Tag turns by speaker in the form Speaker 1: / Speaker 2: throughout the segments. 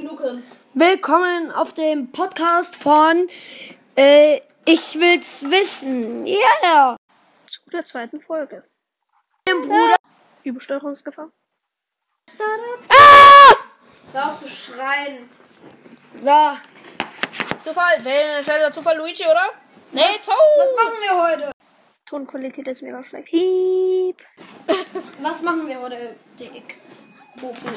Speaker 1: Willkommen.
Speaker 2: Willkommen auf dem Podcast von äh, Ich will's wissen. Yeah!
Speaker 1: Zu der zweiten Folge.
Speaker 2: Mein Bruder.
Speaker 1: Übersteuerungsgefahr.
Speaker 3: Hör auf zu schreien.
Speaker 2: So,
Speaker 3: Zufall. Wer entscheidet der Zufall? Luigi, oder? Nee, Toad.
Speaker 2: was machen wir heute?
Speaker 1: Tonqualität ist mega schlecht. Piep.
Speaker 2: Was machen wir heute, DX? Popo.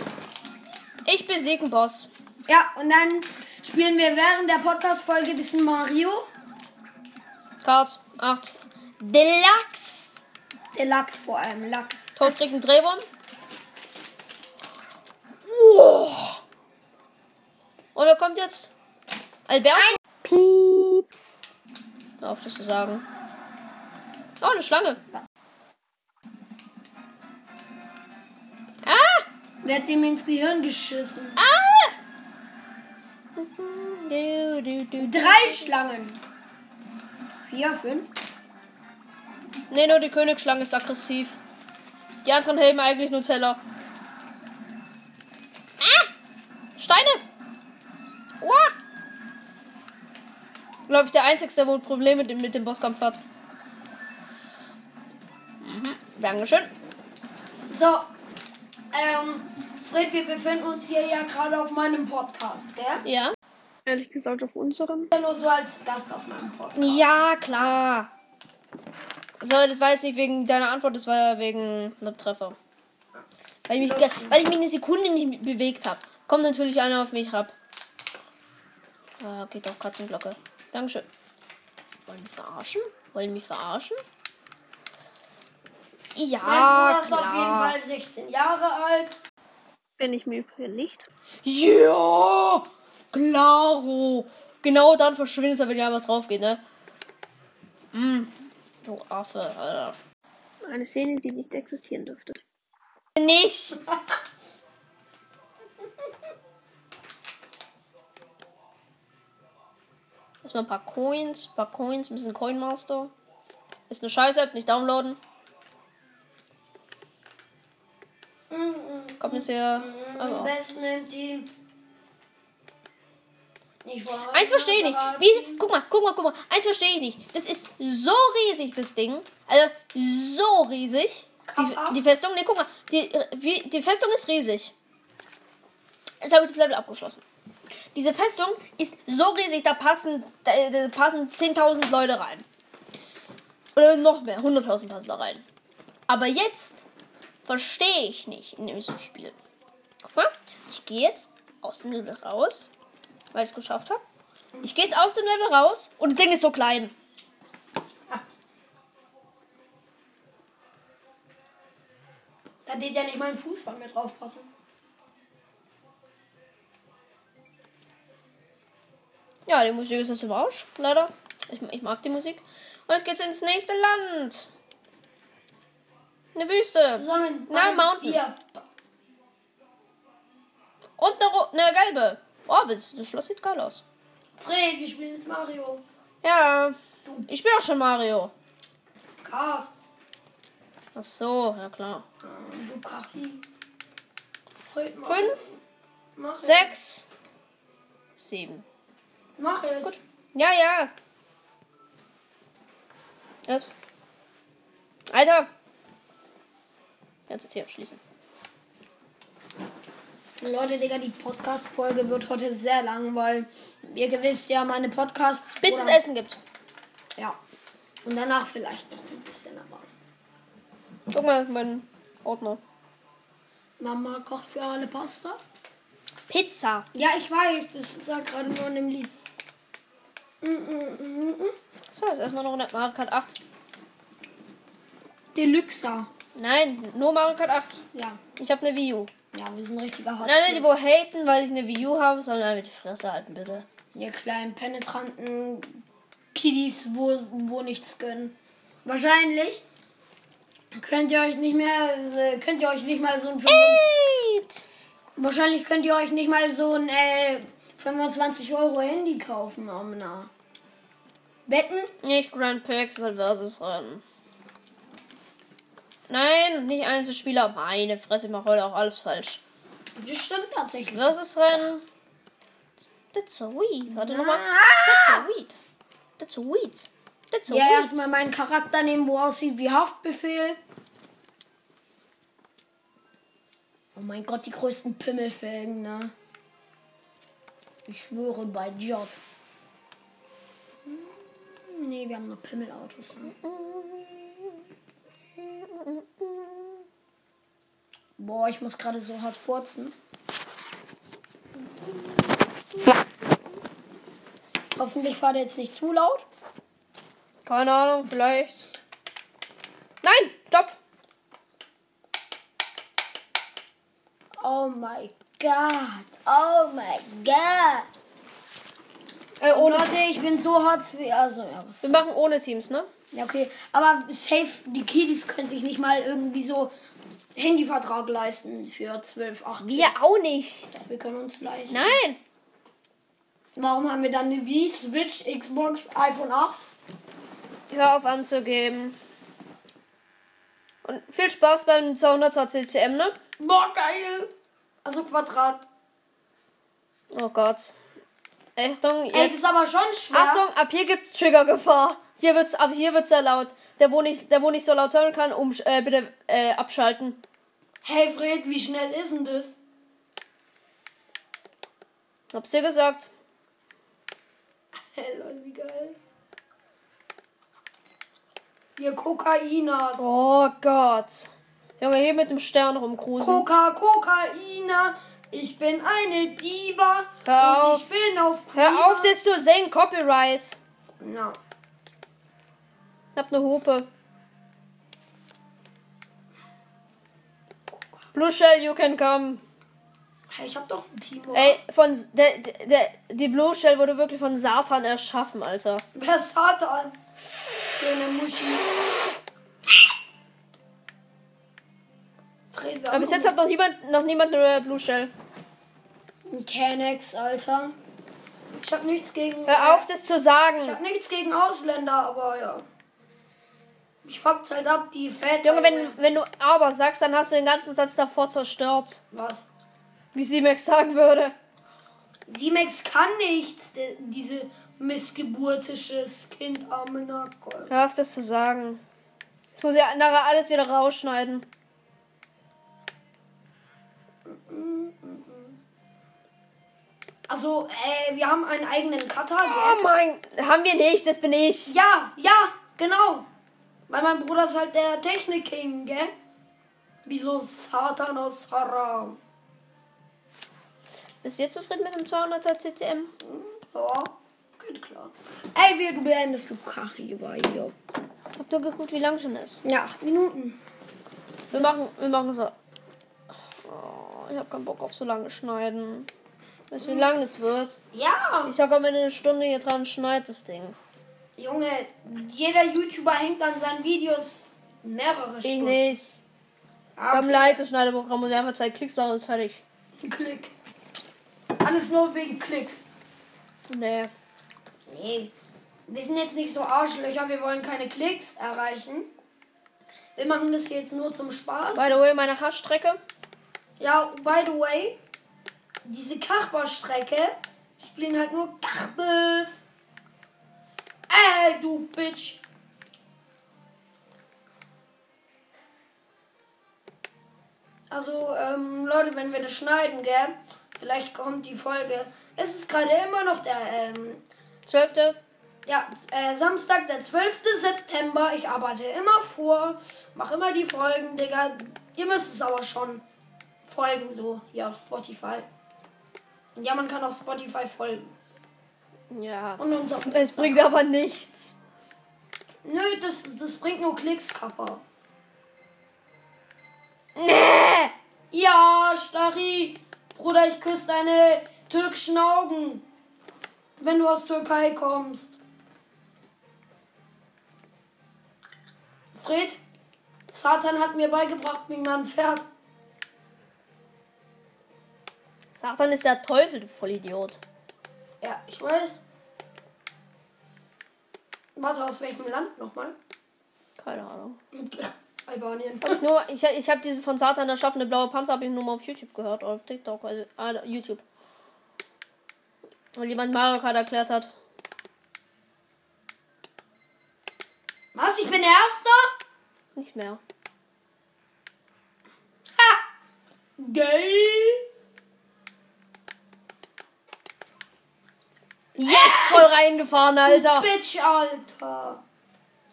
Speaker 3: Ich besiege einen Boss.
Speaker 2: Ja, und dann spielen wir während der Podcast-Folge ein bisschen Mario
Speaker 3: Kart 8. Deluxe.
Speaker 2: Der Lachs vor allem, Lachs.
Speaker 3: Toad kriegt einen Drehwurm. Und da kommt jetzt Alberto.
Speaker 1: Piep.
Speaker 3: Hör auf, das zu sagen. Oh, eine Schlange. Ah!
Speaker 2: Wer hat dem ins Gehirn geschissen?
Speaker 3: Ah! Du, du, du, du.
Speaker 2: Drei Schlangen. Vier, fünf.
Speaker 3: Nee, nur die Königsschlange ist aggressiv. Die anderen helfen eigentlich nur Teller. Ah! Steine! Uah! Glaube ich, der Einzige, der wohl Probleme mit dem- mit dem Bosskampf hat. Mhm, Dankeschön.
Speaker 2: So, ähm, Fred, wir befinden uns hier ja gerade auf meinem Podcast, gell?
Speaker 3: Ja?
Speaker 1: Ehrlich gesagt auf unserem.
Speaker 2: Ja, nur so als Gast auf meinem Podcast.
Speaker 3: Ja, klar. So, das war jetzt nicht wegen deiner Antwort, das war ja wegen einem Treffer. Weil ich mich, ge- weil ich mich eine Sekunde nicht bewegt habe. Kommt natürlich einer auf mich ab. Ah, geht auf Katzenglocke. Dankeschön. Wollen mich verarschen? Wollen mich verarschen? Ja,
Speaker 2: mein Bruder ist auf jeden
Speaker 3: Ah, klar.
Speaker 2: Fall 16 Jahre alt.
Speaker 1: Bin ich mir übrigens nicht.
Speaker 3: Ja, klaro. Genau dann verschwindet er, wenn er einfach drauf geht, ne? Mm. Du Affe, Alter.
Speaker 1: Eine Szene, die nicht existieren dürfte.
Speaker 3: Nicht. Erstmal ein paar Coins, ein paar Coins, ein bisschen Coin Master. Ist eine scheiß App, nicht downloaden. Kommt jetzt hier.
Speaker 2: mm,
Speaker 3: Aber auch.
Speaker 2: Investment Team. Nicht vorhanden,
Speaker 3: Eins verstehe ich nicht.
Speaker 2: aber-
Speaker 3: Wie, guck mal, guck mal, guck mal. Eins verstehe ich nicht. Das ist so riesig, das Ding. Also so riesig. Die, die Festung, ne, guck mal. Die, wie, die Festung ist riesig. Jetzt habe ich das Level abgeschlossen. Diese Festung ist so riesig, da passen, da, da passen 10.000 Leute rein. Oder noch mehr, 100.000 passen da rein. Aber jetzt verstehe ich nicht in diesem Spiel. Guck mal, ich gehe jetzt aus dem Level raus, weil ich es geschafft habe. Ich gehe jetzt aus dem Level raus und das Ding ist so klein.
Speaker 2: Ah. Da geht ja nicht mein Fußball mit draufpassen.
Speaker 3: Ja, die Musik ist jetzt im Arsch, leider. Ich, ich mag die Musik. Und jetzt geht's ins nächste Land. Eine Wüste.
Speaker 2: Zusammen.
Speaker 3: Na,
Speaker 2: Nein,
Speaker 3: Mountain.
Speaker 2: Bier.
Speaker 3: Und eine, ro- eine gelbe. Oh, das, das Schloss sieht geil aus.
Speaker 2: Fred, wir spielen jetzt Mario
Speaker 3: Ja, ich spiele auch schon Mario.
Speaker 2: Kart.
Speaker 3: Ach so, ja klar.
Speaker 2: Ähm, Bukaki. Fred, mach-
Speaker 3: Fünf,
Speaker 2: mach jetzt.
Speaker 3: sechs, sieben.
Speaker 2: Mach jetzt.
Speaker 3: Ja, ja. Ups. Alter. Ganze Tür abschließen.
Speaker 2: Leute, Digga, die Podcast-Folge wird heute sehr lang, weil ihr gewiss ja meine Podcasts.
Speaker 3: Bis
Speaker 2: oder-
Speaker 3: es Essen gibt.
Speaker 2: Ja. Und danach vielleicht noch ein bisschen, aber.
Speaker 3: Guck mal, mein Ordner.
Speaker 2: Mama kocht für alle Pasta.
Speaker 3: Pizza.
Speaker 2: Ja, ich weiß, das ist ja gerade nur in dem Lied. Mm,
Speaker 3: So, jetzt erstmal noch eine Mario Kart 8.
Speaker 2: Deluxa.
Speaker 3: Nein, nur Mario Kart 8.
Speaker 2: Ja.
Speaker 3: Ich habe eine Wii U.
Speaker 2: Ja, wir sind richtiger Hot.
Speaker 3: Alle, die wohl haten, weil ich eine Wii U habe, sollen einfach die Fresse halten, bitte.
Speaker 2: Ihr kleinen penetranten Kiddies, wo, wo nichts können. Wahrscheinlich könnt ihr euch nicht mehr, äh, könnt ihr euch nicht mal so ein 25
Speaker 3: Hate!
Speaker 2: Wahrscheinlich könnt ihr euch nicht mal so ein äh, 25 Euro Handy kaufen, Omna. Wetten?
Speaker 3: Nicht Grand Prix, weil Versus rennen. Nein, nicht Einzelspieler. Meine Fresse, ich mache heute auch alles falsch.
Speaker 2: Das stimmt tatsächlich.
Speaker 3: Versus rennen. That's a weed. Warte nochmal. That's
Speaker 2: Ah!
Speaker 3: a weed. That's a weed. That's a
Speaker 2: Ja,
Speaker 3: weed.
Speaker 2: erstmal meinen Charakter nehmen, wo aussieht wie Haftbefehl. Oh mein Gott, die größten Pimmelfelgen, ne? Ich schwöre bei Jot. Hm, Nee, wir haben nur Pimmelautos. Ne? Boah, ich muss gerade so hart furzen. Hoffentlich war der jetzt nicht zu laut.
Speaker 3: Keine Ahnung, vielleicht. Nein, stopp.
Speaker 2: Oh my god. Oh my god.
Speaker 3: Äh,
Speaker 2: Oh
Speaker 3: ohne.
Speaker 2: Leute, ich bin so hart wie. Also, ja, was.
Speaker 3: Wir machen ohne Teams, ne?
Speaker 2: Ja, okay. Aber safe, die Kiddies können sich nicht mal irgendwie so Handyvertrag leisten für 12, 18.
Speaker 3: auch nicht.
Speaker 2: Doch, wir können uns leisten.
Speaker 3: Nein.
Speaker 2: Warum haben wir dann eine Wii, Switch, Xbox, iPhone 8?
Speaker 3: Hör auf anzugeben. Und viel Spaß beim 220 CM, ne?
Speaker 2: Boah, geil. Also Quadrat.
Speaker 3: Oh Gott. Achtung,
Speaker 2: Ey,
Speaker 3: jetzt.
Speaker 2: das ist aber schon schwer.
Speaker 3: Achtung, ab hier gibt's Triggergefahr. Hier wird's, ab hier wird's sehr laut. Der, wo nicht, der, wo nicht so laut hören kann, um, äh, bitte äh, abschalten.
Speaker 2: Hey Fred, wie schnell ist denn das?
Speaker 3: Hab's dir gesagt.
Speaker 2: Hey Leute, wie geil. Ihr Kokainas.
Speaker 3: Oh Gott. Junge, hier mit dem Stern rumkrusen.
Speaker 2: Coca, Kokaina. Ich bin eine Diva.
Speaker 3: Hör
Speaker 2: und
Speaker 3: auf.
Speaker 2: ich bin auf Kuba.
Speaker 3: Hör auf, das zu singen. Copyright.
Speaker 2: Na,
Speaker 3: Hab ne Hupe. Blue Shell, you can come.
Speaker 2: hey, ich hab doch ein Team. oder?
Speaker 3: Ey, von der, der, der, die Blue Shell wurde wirklich von Satan erschaffen, Alter.
Speaker 2: Wer ist Satan? Schöne Muschi. Fred, wir
Speaker 3: Aber bis
Speaker 2: haben
Speaker 3: jetzt hat noch niemand, noch niemand eine Blue Shell.
Speaker 2: einen Canex, Alter. Ich hab nichts gegen.
Speaker 3: Hör auf,
Speaker 2: Äh,
Speaker 3: das zu
Speaker 2: ich
Speaker 3: sagen.
Speaker 2: hab nichts gegen Ausländer, aber ja. Ich fuck's halt ab, die Väter.
Speaker 3: Junge, wenn, wenn du aber sagst, dann hast du den ganzen Satz davor zerstört.
Speaker 2: Was?
Speaker 3: Wie sie Max sagen würde.
Speaker 2: Simex kann nichts, de- diese missgeburtisches Kind arme Nacke.
Speaker 3: Hör auf, das zu sagen. Jetzt muss ich nachher alles wieder rausschneiden.
Speaker 2: Also, äh, wir haben einen eigenen Cutter.
Speaker 3: Oh
Speaker 2: gell?
Speaker 3: mein, haben wir nicht, das bin ich.
Speaker 2: Ja, ja, genau. Weil mein Bruder ist halt der Technik-King, gell? Wie so Satan aus Haram.
Speaker 3: Bist du jetzt zufrieden mit dem 200er CCM?
Speaker 2: Ja, geht klar. Ey, wie du beendest du Kachi über hier.
Speaker 3: Hab nur geguckt, wie lang schon ist.
Speaker 2: Ja, acht Minuten.
Speaker 3: Wir machen, wir machen so. Oh, ich hab keinen Bock auf so lange Schneiden. Weißt du, wie lang das wird?
Speaker 2: Ja,
Speaker 3: Ich sag am Ende eine Stunde hier dran, schneid das Ding.
Speaker 2: Junge, jeder YouTuber hängt an seinen Videos mehrere
Speaker 3: Ich
Speaker 2: Stunden.
Speaker 3: nicht. Beim Leiteschneideprogramm muss ich einfach zwei Klicks machen und ist fertig.
Speaker 2: Klick. Alles nur wegen Klicks.
Speaker 3: Nee.
Speaker 2: Nee. Wir sind jetzt nicht so Arschlöcher, wir wollen keine Klicks erreichen. Wir machen das hier jetzt nur zum Spaß.
Speaker 3: By the way, meine Haarstrecke.
Speaker 2: Ja, by the way, diese Kachbar-Strecke spielen halt nur Kachbis. Ey, du Bitch. Also, ähm, Leute, wenn wir das schneiden, gell? Vielleicht kommt die Folge. Es ist gerade immer noch der, ähm,
Speaker 3: Zwölfte.
Speaker 2: ja, äh, Samstag, der 12. September. Ich arbeite immer vor, mache immer die Folgen, Digga. Ihr müsst es aber schon folgen, so hier auf Spotify. Und ja, man kann auf Spotify folgen.
Speaker 3: Ja.
Speaker 2: Und uns auf.
Speaker 3: Es bringt aber nichts.
Speaker 2: Nö, das, das bringt nur Klicks, Kappa.
Speaker 3: Nee!
Speaker 2: Ja, Stari, Bruder, ich küsse deine türkischen Augen. Wenn du aus Türkei kommst. Fred, Satan hat mir beigebracht, wie man fährt.
Speaker 3: Satan ist der Teufel, du Vollidiot.
Speaker 2: Ja, ich weiß. Warte, aus welchem Land nochmal?
Speaker 3: Keine Ahnung.
Speaker 2: Albanien.
Speaker 3: Hab ich nur, ich, ich habe diese von Satan erschaffene blaue Panzer, habe ich nur mal auf YouTube gehört, oder auf TikTok, also ah, YouTube. Weil jemand Mario Kart erklärt hat.
Speaker 2: Was? Ich bin der Erste?
Speaker 3: Nicht mehr.
Speaker 2: Ha! Gay!
Speaker 3: Jetzt voll reingefahren, Alter.
Speaker 2: Bitch, Alter!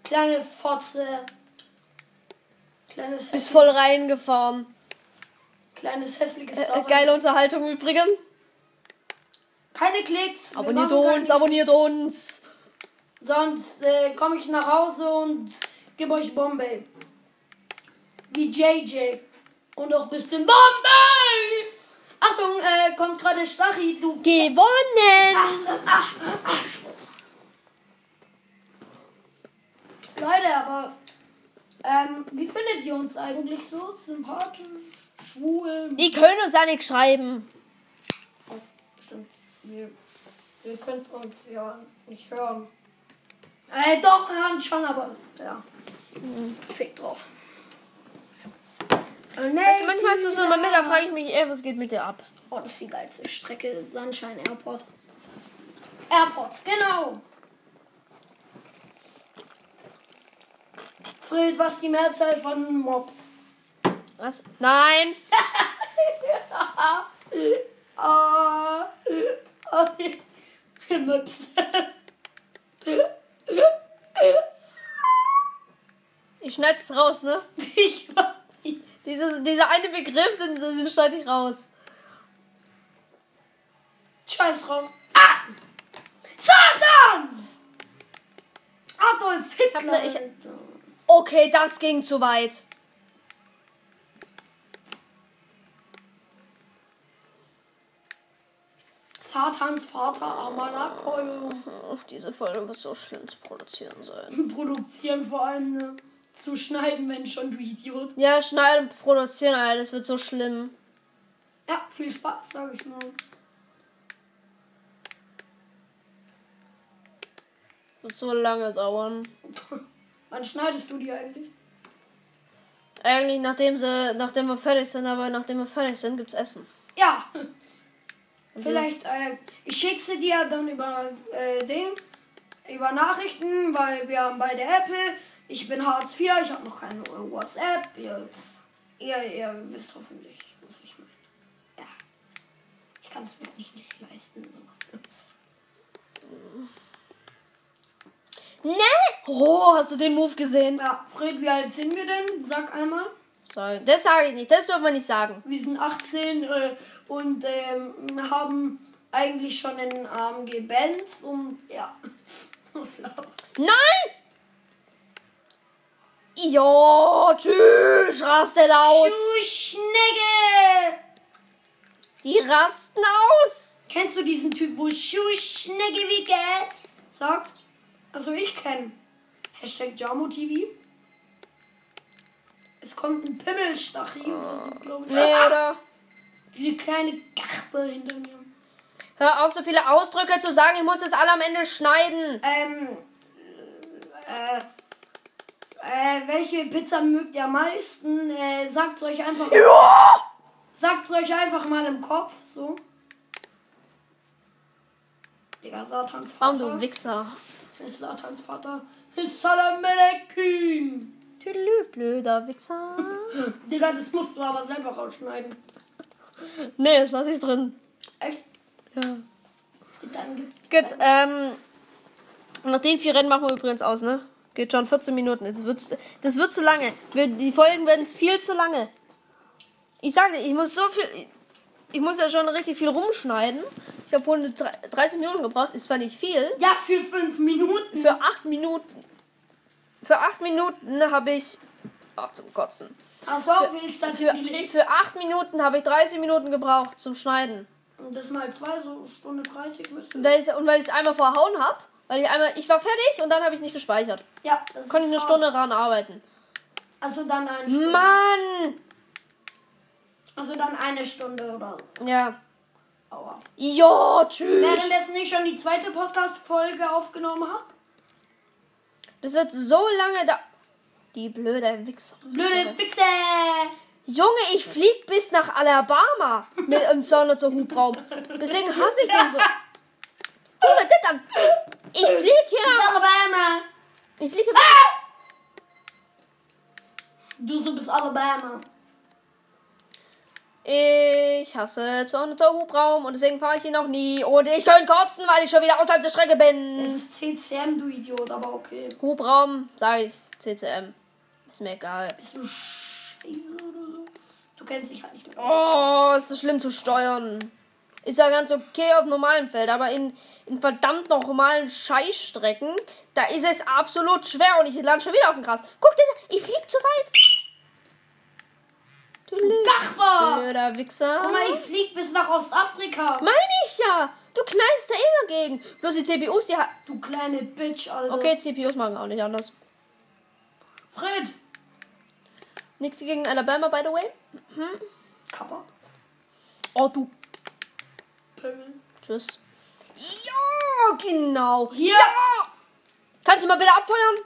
Speaker 2: Kleine Fotze. Kleines,
Speaker 3: Bist
Speaker 2: hässli
Speaker 3: voll reingefahren.
Speaker 2: kleines hässliches
Speaker 3: Äh,
Speaker 2: Sau.
Speaker 3: äh, geile Unterhaltung übrigens.
Speaker 2: Keine Klicks. wir
Speaker 3: Abonniert
Speaker 2: machen
Speaker 3: uns,
Speaker 2: keine-
Speaker 3: abonniert uns.
Speaker 2: Sonst äh, komme ich nach Hause und gebe euch Bombay. Wie JJ. Und auch ein bisschen Bombay! Achtung, äh, kommt gerade Stachi, du
Speaker 3: Gewonnen.
Speaker 2: Leute, aber ähm, wie findet ihr uns eigentlich so? Sympathisch, schwul?
Speaker 3: Die können uns ja nichts schreiben.
Speaker 2: Stimmt. Wir, wir könnt uns ja nicht hören. Äh, doch, hören schon, aber ja. Fick drauf. Oh, nee,
Speaker 3: Weißt du, Also manchmal ist es so, manchmal da frage ich mich, ey, was geht mit dir ab?
Speaker 2: Oh, das ist die geilste Strecke. Sunshine Airport. Airports, genau. Fred, was die Mehrzahl von Mobs?
Speaker 3: Was? Nein.
Speaker 2: Ah. Okay. Möps.
Speaker 3: Ich schneid's raus, ne?
Speaker 2: Ich
Speaker 3: Dieses, dieser eine Begriff, den, den schneide ich raus.
Speaker 2: Scheiß drauf. Ah! Satan! Adolf
Speaker 3: hab
Speaker 2: Hitler.
Speaker 3: ne- ich- Okay, das ging zu weit.
Speaker 2: Satans Vater Amalakoi.
Speaker 3: Oh, diese Folge wird so schlimm zu produzieren sein.
Speaker 2: Produzieren vor allem, ne? Zu schneiden, wenn schon, du Idiot.
Speaker 3: Ja, schneiden und produzieren, Alter, das wird so schlimm.
Speaker 2: Ja, viel Spaß, sag ich mal.
Speaker 3: Wird so lange dauern.
Speaker 2: Wann schneidest du die eigentlich?
Speaker 3: Eigentlich, nachdem, sie, nachdem wir fertig sind, aber nachdem wir fertig sind, gibt's Essen.
Speaker 2: Ja. Vielleicht, äh, ich schick sie dir dann über äh, Ding, über Nachrichten, weil wir haben beide Apple. Ich bin Hartz IV, ich habe noch keine äh, WhatsApp. Ihr, ihr, ihr wisst hoffentlich, was ich meine. Ja. Ich kann es mir nicht, nicht leisten. So.
Speaker 3: Ne? Oh, hast du den Move gesehen?
Speaker 2: Ja, Fred, wie alt sind wir denn? Sag einmal.
Speaker 3: Sorry, das sage ich nicht, das dürfen wir nicht sagen.
Speaker 2: Wir sind 18 äh, und ähm, haben eigentlich schon einen AMG Benz und ja. Was laber-
Speaker 3: Nein! Ja, tschüss, rastet aus.
Speaker 2: Du Schnecke!
Speaker 3: Die rasten aus.
Speaker 2: Kennst du diesen Typ, wo Schuhschnecke wie geht's? Sagt. Also ich kenn. Hashtag JamoTV. Es kommt ein Pimmelstachi oder so, glaube ich.
Speaker 3: Nee,
Speaker 2: Ah,
Speaker 3: oder?
Speaker 2: Diese kleine Garbe hinter mir.
Speaker 3: Hör auf, so viele Ausdrücke zu sagen. Ich muss das alle am Ende schneiden.
Speaker 2: Ähm. Äh. Äh, welche Pizza mögt ihr am meisten? Äh, sagt's euch einfach. Sagt's euch einfach mal im Kopf, so. Digga, Satans
Speaker 3: Warum,
Speaker 2: Vater.
Speaker 3: du Wichser?
Speaker 2: Ist Satans Vater. Ist Salamelekin.
Speaker 3: Tüdelü, blöder Wichser.
Speaker 2: Digga, das musst du aber selber rausschneiden.
Speaker 3: nee, das lasse ich drin.
Speaker 2: Echt?
Speaker 3: Ja.
Speaker 2: Dann gibt
Speaker 3: Gut, ähm. Nach den vier Rennen machen wir übrigens aus, ne? Geht schon 14 Minuten. Das wird, das wird zu lange. Wir, die Folgen werden viel zu lange. Ich sage, ich muss so viel. Ich muss ja schon richtig viel rumschneiden. Ich habe wohl 30 Minuten gebraucht. Ist zwar nicht viel.
Speaker 2: Ja, für fünf Minuten.
Speaker 3: Für acht Minuten. Für acht Minuten habe ich. Ach, zum Kotzen.
Speaker 2: Auf so viel statt
Speaker 3: Für,
Speaker 2: für die
Speaker 3: für acht Minuten habe ich 30 Minuten gebraucht zum Schneiden.
Speaker 2: Und das mal zwei, so Stunde 30 müssen.
Speaker 3: Und weil ich es einmal verhauen habe, weil ich einmal. Ich war fertig und dann habe ich es nicht gespeichert.
Speaker 2: Ja, das
Speaker 3: Konnte
Speaker 2: ist
Speaker 3: eine
Speaker 2: hart.
Speaker 3: Stunde Hm? ran arbeiten.
Speaker 2: Also dann eine Stunde.
Speaker 3: Mann!
Speaker 2: Also dann eine Stunde oder so.
Speaker 3: Ja.
Speaker 2: Aua.
Speaker 3: Jo, tschüss.
Speaker 2: Währenddessen ich schon die zweite Podcast-Folge aufgenommen habe.
Speaker 3: Das wird so lange da. Die blöde Wichser.
Speaker 2: Blöde Wichse!
Speaker 3: Junge, ich flieg bis nach Alabama mit im 200er Hubraum. Deswegen hasse ich den so. Guck mal das an. Ich flieg hier.
Speaker 2: Alabama.
Speaker 3: Ich fliege weg.
Speaker 2: Du so bist Alabama.
Speaker 3: Ich hasse 200er Hubraum und deswegen fahre ich ihn auch nie. Und ich könnte kotzen, weil ich schon wieder außerhalb der Strecke
Speaker 2: Es
Speaker 3: bin.
Speaker 2: ist CCM, du Idiot, aber okay.
Speaker 3: Hubraum, sage ich CCM. Ist mir egal.
Speaker 2: Bist du scheiße oder so? Du kennst dich halt nicht mehr.
Speaker 3: Oh, es ist schlimm zu steuern. Ist ja ganz okay auf normalen Feld, aber in, in verdammt normalen Scheißstrecken, da ist es absolut schwer und ich lande schon wieder auf dem Gras. Guck dir, ich flieg zu weit. Du lü-
Speaker 2: Gachbar!
Speaker 3: blöder Wichser.
Speaker 2: Guck mal, ich flieg bis nach Ostafrika.
Speaker 3: Meine ich ja. Du knallst da immer gegen. Bloß die CPUs, die ha
Speaker 2: Du kleine Bitch, Alter.
Speaker 3: Okay, CPUs machen auch nicht anders.
Speaker 2: Fred.
Speaker 3: Nix gegen Alabama, by the way.
Speaker 2: Kappa.
Speaker 3: Oh, du.
Speaker 2: Pimmel.
Speaker 3: Tschüss. Ja, genau.
Speaker 2: Hier.
Speaker 3: Kannst du mal bitte abfeuern?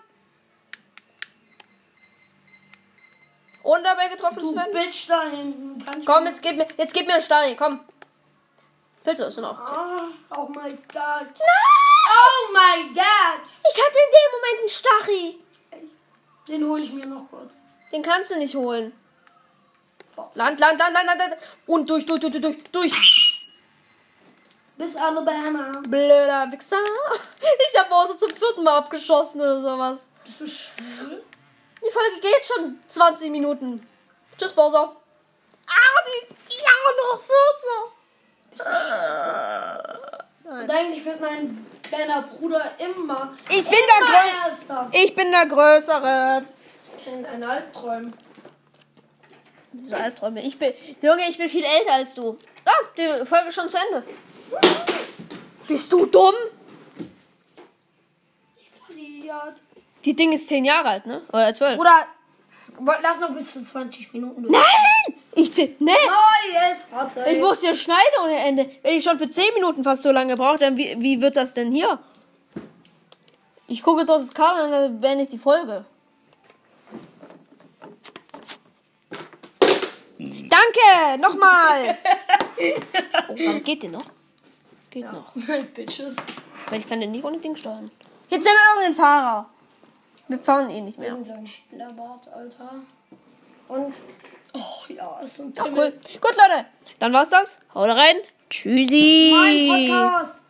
Speaker 3: Und dabei getroffen zu
Speaker 2: Du
Speaker 3: werden?
Speaker 2: Bitch da hinten. Kann ich
Speaker 3: Komm, jetzt gib mir, jetzt gib mir eine Stange, komm. Pilze ist noch.
Speaker 2: Ah, oh my god. Oh my god.
Speaker 3: Ich hatte in dem Moment einen Stachel.
Speaker 2: Den hole ich mir noch kurz.
Speaker 3: Den kannst du nicht holen.
Speaker 2: Fotz.
Speaker 3: Land, Land, Land, Land, Land, Land. Und durch, durch, durch, durch, durch, durch.
Speaker 2: Bis Alabama.
Speaker 3: Blöder Wichser. Ich habe Bowser zum vierten Mal abgeschossen oder sowas.
Speaker 2: Bist du schwul?
Speaker 3: Die Folge geht schon 20 Minuten. Tschüss, Bowser. Ah, die, ja, noch 14.
Speaker 2: Bist du scheiße? Und eigentlich wird mein kleiner Bruder immer
Speaker 3: Ich bin der Größere.
Speaker 2: erster.
Speaker 3: Ich bin der Größere.
Speaker 2: Ich bin ein Albträum.
Speaker 3: So Albträume. Ich bin, Junge, ich bin viel älter als du. Ah, die Folge ist schon zu Ende. Bist du dumm?
Speaker 2: Nichts passiert.
Speaker 3: Die Ding ist 10 Jahre alt, ne? Oder 12.
Speaker 2: Oder woll- lass noch bis zu 20 Minuten durch.
Speaker 3: Nein! Ich zäh, nee.
Speaker 2: Neues Fahrzeug.
Speaker 3: Ich muss hier schneiden ohne Ende. Wenn ich schon für 10 Minuten fast so lange brauche, dann wie, wie wird das denn hier? Ich gucke jetzt auf das Kabel und dann beende ich die Folge. Danke! Nochmal! oh, aber geht die noch? Geht noch.
Speaker 2: Bitches.
Speaker 3: Weil ich kann den nicht ohne Ding steuern. Jetzt sind wir irgendein Fahrer. Wir fahren eh nicht mehr.
Speaker 2: Und sein Hitlerbart, Alter. Und. Oh ja, ist so ein
Speaker 3: Cool. Gut, Leute. Dann war's das. Haut rein. Tschüssi.
Speaker 2: Mein Podcast.